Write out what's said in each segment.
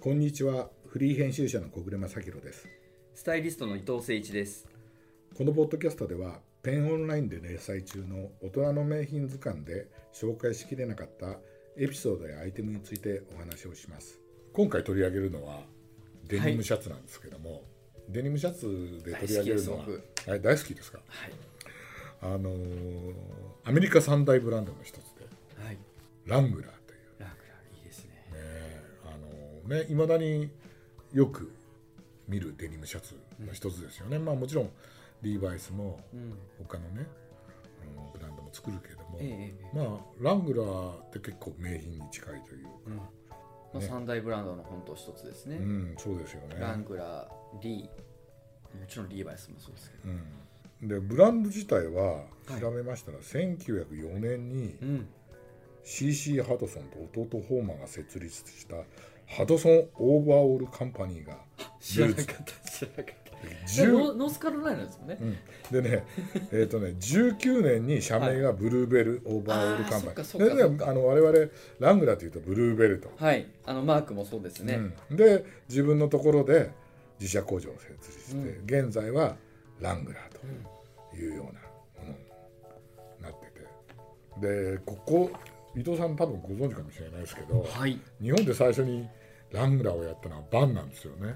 こんにちはフリー編集者の小暮正弘ですスタイリストの伊藤誠一です。このポッドキャストではペンオンラインで連載中の大人の名品図鑑で紹介しきれなかったエピソードやアイテムについてお話をします今回取り上げるのはデニムシャツなんですけども、デニムシャツで取り上げるのは大好きですはい大好きですかはい。あのーアメリカ三大ブランドの一つではい。ラングラーというラクラいいですね。ねあのねいまだによく見るデニムシャツの一つですよね、まあもちろんリーバイスもうん。他のね、うんブランドも作るけれども、ええええ。まあラングラーって結構名品に近いというか、うん。まあ、ね三大ブランドの本当一つですねう。ん、そうですよランね、グラー、リー、もちろんリーバイスもそうですけど。うん、でブランド自体ははい調べましたら、1904年にうん。 CC ハドソンと弟ホーマーが設立したハドソンオーバーオールカンパニーが知らなかった。知らなかった。で10ノノースカロライナですもんね。でね、 えっ、とね、19年に社名がブルーベル、オーバーオールカンパニあーそー。っかそっかでそっね、かあの我々ラングラーというとブルーベルと。はい。あのマークもそうですね。うん、で自分のところで自社工場を設立して、う現在はラングラーというようなものになってて、でここ伊藤さん多分ご存知かもしれないですけど、はい。日本で最初にラングラーをやったのはバンなんですよね。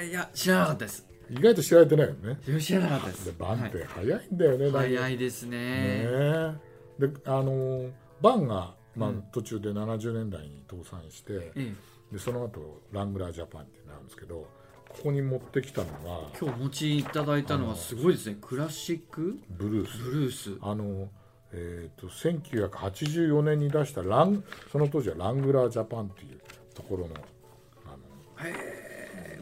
えー、いや知らなかったです。意外と知られてないよね。いや知らなかったで。ですバンっはて早いんだよね。ない、んか早いですね。ねえであのーバンが、まあうん途中で70年代に倒産して、ええ。でその後ラングラージャパンってなるんですけどここに持ってきたのが今日お持ちいただいたのはすごいですね。クラシックブルーブスルース。あの、えー、と1984年に出したランその当時はラングラージャパンっていうところのあのも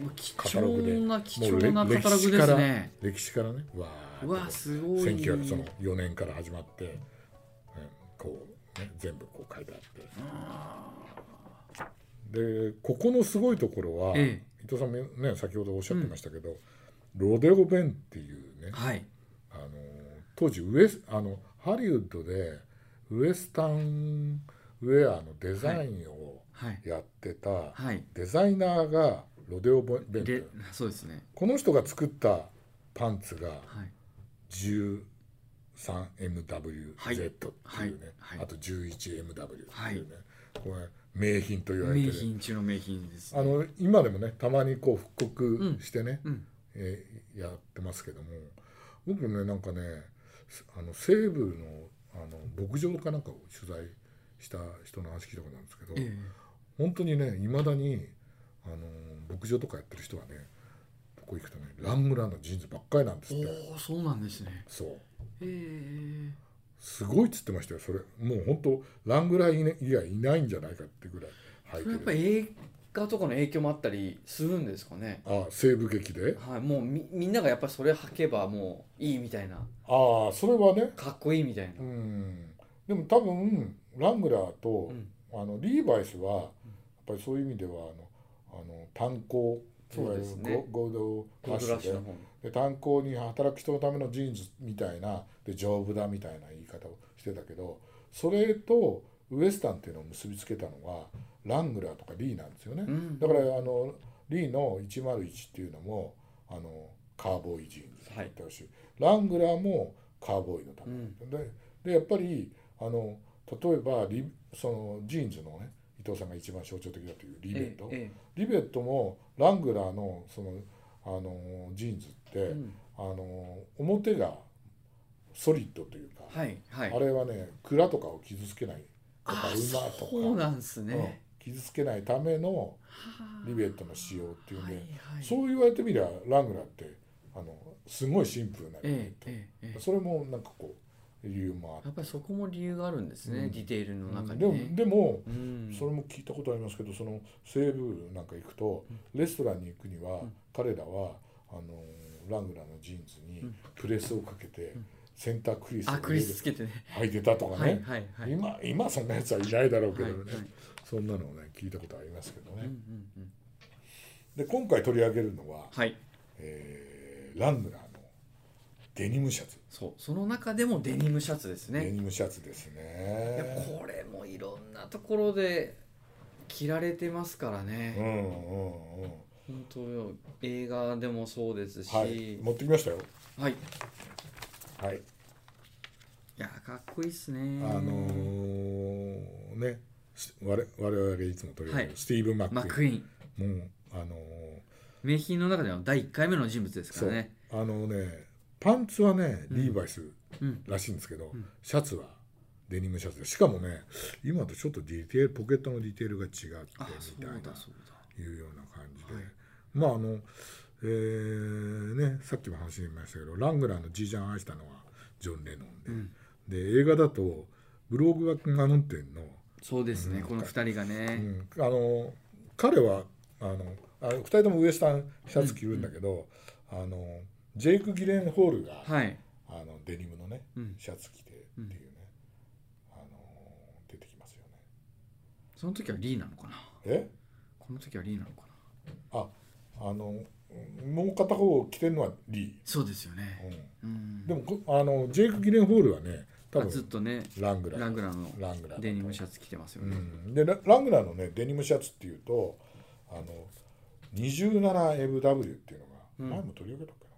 う貴カタログで重な貴もう重れなカタログですね。歴史から歴史からねわーっうとわすごい。 1904年から始まって、うんこう、ね、全部こう書いてあってでここのすごいところは、ええ伊藤さんもね先ほどおっしゃってましたけど、ロデオ弁っていうねはい。あの当時ウエスあのハリウッドでウエスタンウェアのデザインをはい。やってた、はい。デザイナーがロデオ弁っていでう、そうですね。この人が作ったパンツが、はい。13MWZ っていうね、はいはいはいあと 11MW っていうね、はいこれ名品と言われて名る品中の名品です、あの今でもねたまにこう復刻してね、うん。えーやってますけども僕ねなんかねすあの西部のあの牧場かなんかを取材した人の話聞いたことあるんですけど、え本当にねいまだにあの牧場とかやってる人はねここ行くとねラングランのジーンズばっかりなんですえっておお、そうなんですね。そう。ええすごいっつってましたよそれもう本当ラングラー以外いないんじゃないかってぐらい履いそれやってぱる映画とかの影響もあったりするんですかね。あ西部劇ではい。もうみみんながやっぱりそれ履けばもういいみたいな、ああそれはねかっこいいみたいうな。んでも多分ラングラーと、うんあのリーバイスはやっぱりそういう意味ではあのあの炭鉱そうですねいわゆるゴゴールドゴラッールシドラュッシでュの本。で炭鉱に働く人のためのジーンズみたいなで丈夫だみたいな言い方をしてたけどそれとウエスタンっていうのを結びつけたのはラングラーとかリーなんですよね、うんだからあのリーの101っていうのもあのカーボーイジーンズだったし、ラングラーもカーボーイのため、ででやっぱりあの例えばリそのジーンズのね伊藤さんが一番象徴的だというリベット、ええリベットもラングラーのそのあのジーンズって、ええうんあの表がソリッドというか、はいはい。あれはね蔵とかを傷つけないとかあ馬とかそうなんですね。うん傷つけないためのはあリベットの使用っていうんで、はいはい、そう言われてみりゃラングラーってあのすごいシンプルなリベッえト、えええええそれもなんかこう理由もあやっっぱりそこも理由があるんですね、うんディテールの中て、にでもね。でも、うんそれも聞いたことありますけどその西部なんか行くと、レストランに行くには、うん彼らはあのラングラーのジーンズうにんプレスをかけて、んセンタークリスをあ入クれリるスつけてね。履いてたとかね、はいはいはい。今今そんなやつはいないだろうけどね、はいはいそんなのをね聞いたことありますけどね、うんうんうんで今回取り上げるのは、はい。えーラングラーのデニムシャツ、そうその中でもデニムシャツですデね。ニムシャツですいやねこれもいろんなところで切られてますからうんね、うんうん本当よ映画でもそうですし、ははいい持ってきましたよいはいやかっこいいっすねあのーねす我我々がいつも取り上げはるいスティーブン・マックイマックイーンーンもうあのー名品の中では第1回目の人物ですかそうらねあのねパンツはねうんリーバイスうんらしいんですけど、んシャツはデニムシャツでしかもね今とちょっとディテールポケットのディテールが違ってあみそうたいなだそうだいうような感じで、はいまああのえーねさっきも話に出ましたけどラングラーのじいちゃん愛したのはジョン・レノンで,、うんで映画だとブログが運転の,、そうですね、うんこの2人がうね、ん、あの彼はあのあ2人ともウエスタンシャツ着るんだけど、あのジェイク・ギレンホールが、はい、あのデニムのねうん、シャツ着てっていうね、あの出てきますよね。その時はリーなのかなえこの時はリーなのかなああのうんもう片方着てるのはリそうですよー。ね、うんうん、でもこあのジェイク・ギレンホールはね多あずっ分とねラングラーラングラーのラングラーデニムシャツ、ャツ着てますようね、ん、でララングラーのねデニムシャツっていうとあの 27FW っていうのが、うん前も取り上げたっけな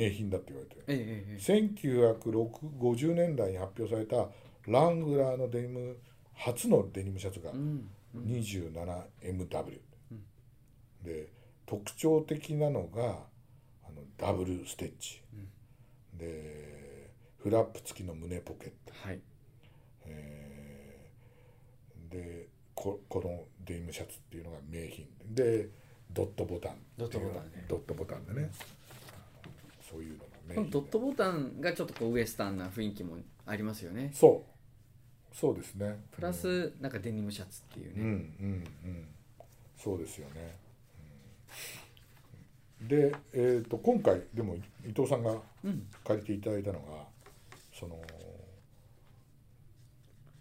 名品だって言われてええええええ1950年代に発表されたラングラーのデニム初のデニムシャツがうんうん、 27MW、うんで特徴的なのがあのダブルステッチ、でフラップ付きの胸ポケット、はいえーでここのデニムシャツっていうのが名品でドットボタンっていうのドットボタンねドットボタンでねそういうのが名この品ドットボタンがちょっとこうウエスタンな雰囲気もありますよねそうそうですねプラスなんかデニムシャツっていううね、んうんうんそうですよね。うんで、えー、と今回でも伊藤さんがうん借りていただいたのがその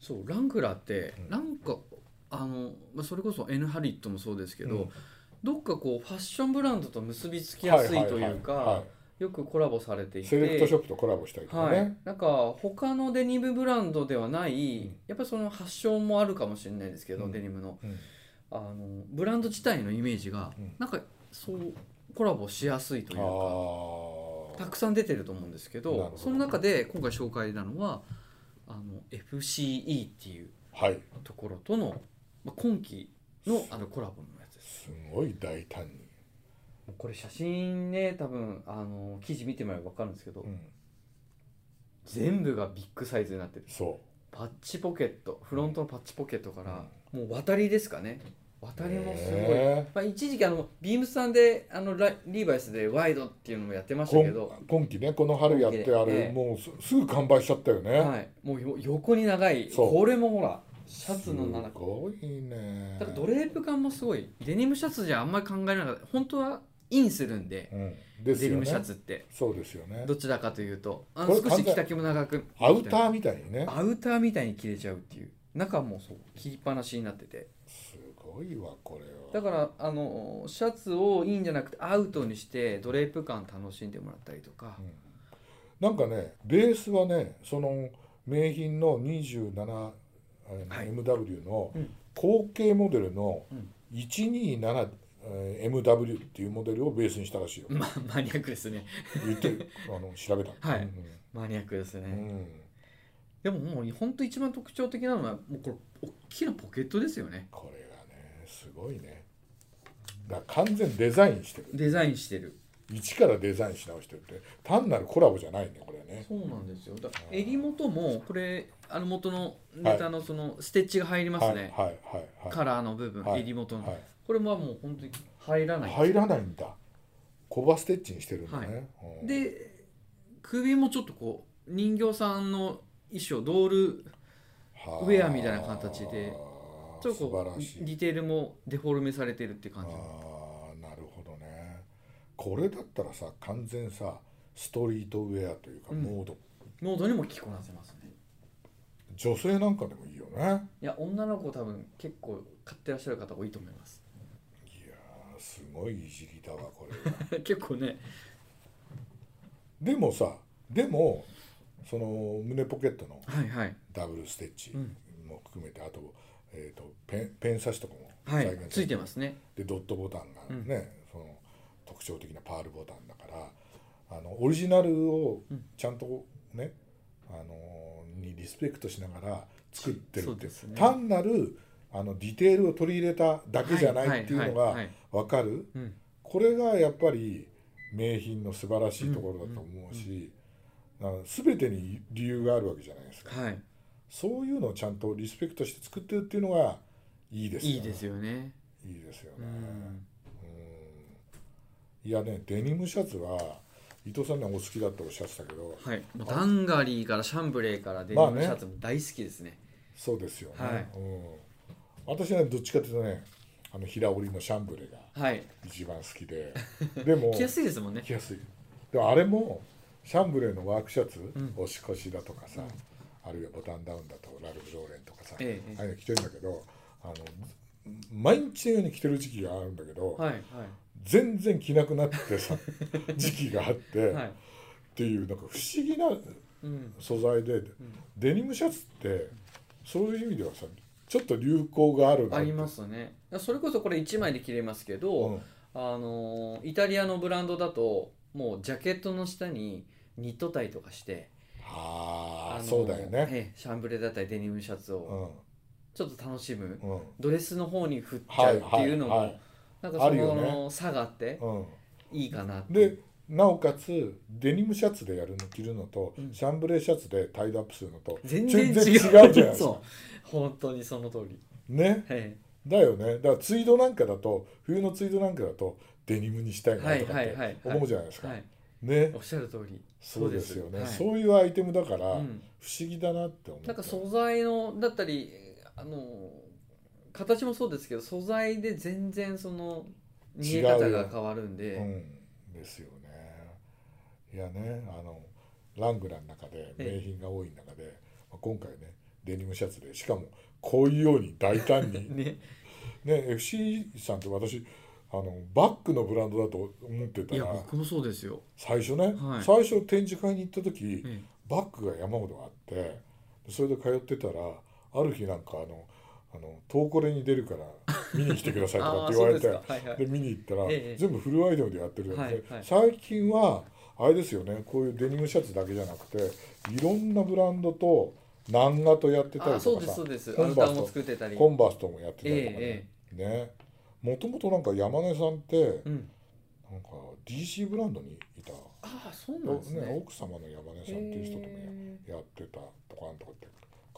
そうランクラーって、うんなんかあの、まあ、それこそ N ハリットもそうですけど、うんどっかこうファッションブランドと結びつきやすいというはははかよくコラボされていいてセレクトショップとコラボしたりとかはね、い、なんか他のデニムブランドではない、うんやっぱその発祥もあるかもしれないですけど、うんデニムのうんあのブランド自体のイメージが、うんなんかそうコラボしやすいというかあたくさん出てると思うんですけどなるほどその中で今回紹介なのはあの FCE っていうあはいところとの、まあ、今期のあのコラボのやつですすごい大胆に、これ写真ね多分あの記事見てもらえば分かるんですけど、うん、全部がビッグサイズになってるそパッチポケットフロントのパッチポケットから、もう渡りですかねう渡りもすごい、ねまあ、一時期あのビームスさんであのラリーバイスでワイドっていうのもやってましたけど今、今期ねこの春やっ今て期であれ、ええもうすすぐ完売しちゃったよね、はい、もうよ横に長いそうこれもほらシャツの7す個ごいねただドレープ感もすごいデニムシャツじゃあんまり考えなかった本当はインするんでうん、ですデニよムシャねツってそうですよねどちらかというとあこのれ少し着丈も長くアウターみたいにねアウターみたいに切れちゃうっていう中もそう切りっぱなしになっててすごいわこれだはからあのシャツをインじゃなくてアウトにしてドレープ感楽しんでもらったりとか、なんかねベースはねその名品の 27MW はいのうん後継モデルのうん 127MW っていうモデルをベースにしたら しいよまマニアックですね言ってあの調べたはいうんマニアックですね、うんでももうほんと一番特徴的なのはもうこれ大きなポケットですよねこれがねすごいねだから完全デザインしてるデザインしてる一からデザインし直してるって単なるコラボじゃないねこれねそうなんですよだからうん襟元もこれあの元のネタのそのステッチが入りますはいね、はいはいはいカラーの部分、はい襟元の、はいこれももう本当に入らない、入らないんだコバステッチにしてるんだね、うんで首もちょっとこう人形さんの衣装ドールはあウェアみたいな形でちょっと素晴こらうデしいィテールもデフォルメされてるってあ感じあなるほどねこれだったらさ完全さストリートウェアというかうんモード、ノードにも着こなせますね女性なんかでもいいよねいやいや女の子多分結構買ってらっしゃる方多いと思います ーすごいいじりだわこ れは結構ねでもさでもその胸ポケットのはいはいダブルステッチうんも含めて、あと、えー、とペンペン差しとかもは再い現ついてまますねでドットボタンがね、その特徴的なパールボタンだからあのオリジナルをちゃんとね、あのにリスペクトしながら作ってるそっうて、ですね単なるあのディテールを取り入れただけじゃないっていうのはがははい分かる、うんこれがやっぱり名品の素晴らしいところだと思うし、なんか全てに理由があるわけじゃないですか。はいそういうのをちゃんとリスペクトして作ってるっていうのがいいですよね。いいですよねいいですよね。ううんんいやねデニムシャツは伊藤さんねお好きだっておっしゃってたけど、はいもうダンガリーからシャンブレーからデニムシャツも大好きですねそうですよね。はいうん、私はねどっちかというとねあの平織りのシャンブレがはい一番好き で、でも着やすいですもんね着やすいでもあれもシャンブレーのワークシャツ、押し越しだとかさ、あるいはボタンダウンだとラルフ・ローレンとかさ、ええああいうの着てるんだけどあの毎日のように着てる時期があるんだけど、はいはい全然着なくなって さ時期があって、はっいていうなんか不思議なうん素材で、デニムシャツってそういう意味ではさちょっと流行があるなってありますねそれこそこれ1枚で着れますけど、うんあのーイタリアのブランドだともうジャケットの下にニットタイとかしてあああのーそうだよね、ええシャンブレだったりデニムシャツうをんちょっと楽しむ、うんドレスの方に振っちゃうっていうのも、はいはいなんかそあるよのね差があってうんいいかなってでなおかつデニムシャツでやるの着るのと、うんシャンブレーシャツでタイドアップするのと全然違う違うじゃないですか そう本当にその通り、ねはい、だよねだからツイードなんかだと冬のツイードなんかだとデニムにしたいなとかっはいはいはいはてい思うじゃないですか、はい、ねおっしゃる通りそうですよねそうはいいうアイテムだから、うん不思議だなって思うなんか素材のだったりあの形もそうですけど素材で全然その見え方が変わるんで、うんですよねいやねあのラングランの中で名品が多い中で、まあ今回ねデニムシャツでしかもこういうように大胆 にねね、FC さんって私あのバックのブランドだと思ってたいやら僕もそうですよ、最初ね、はい最初展示会に行った時えバックが山ほどあってそれで通ってたらある日なんかあの「あの東コレに出るから見に来てくださえ、い」とかっあ あてそ言うわれですてかはいはいで見に行ったら、ええ全部フルアイテムでやってるやつで、はいはい最近はあれですよねこういうデニムシャツだけじゃなくていろんなブランドと漫画とやってたありそとかうですさそうですアコウンタバーースもと作ってたりコンバースともやってたりとかね。えねもともとなんか山根さんってうん、なんか DC ブランドにいた、ああそうなんおですねね、奥様の山根さんっていう人ともや,、へやってたとかなんとかって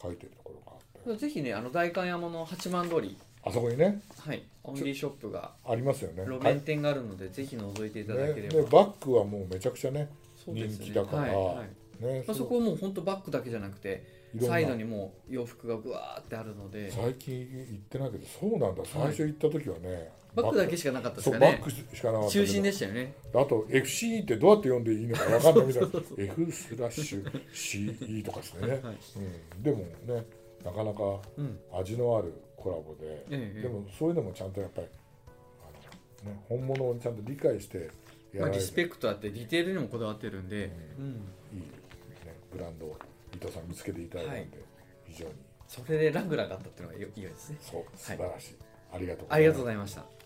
書いてるところがあってえぜひねあの代官山の八幡通りあそこにねはいオンリーショップがありますよね路はい面店があるのでぜひ覗いていただけれねでば、バックはもうめちゃくちゃねそうです人ね気だからはいはいねまあ、そこはもう本当バッグだけじゃなくていろんなサイドにもう洋服がぐわーってあるので最近行ってないけどそうなんだ最初行った時はね、バッグだけしかなかったでそすうかバねックしかなかったけど中心でしたよねあと FC ってどうやって読んでいいのか分かんないみたい な F スラッシュ CE とかですね、はいうん、でもねなかなかうん味のあるコラボで、ええでもそういうのもちゃんとやっぱりあの、ね、本物をちゃんと理解してやまらあ、れリるスペクトあってディテールにもこだわってるんで、うんいい、ね、ブランドを伊藤さん見つけていただいたんで、非常にそれでラグラだったっていうのが良いいですねそう素晴らしい、ありがとうございますありがとうございました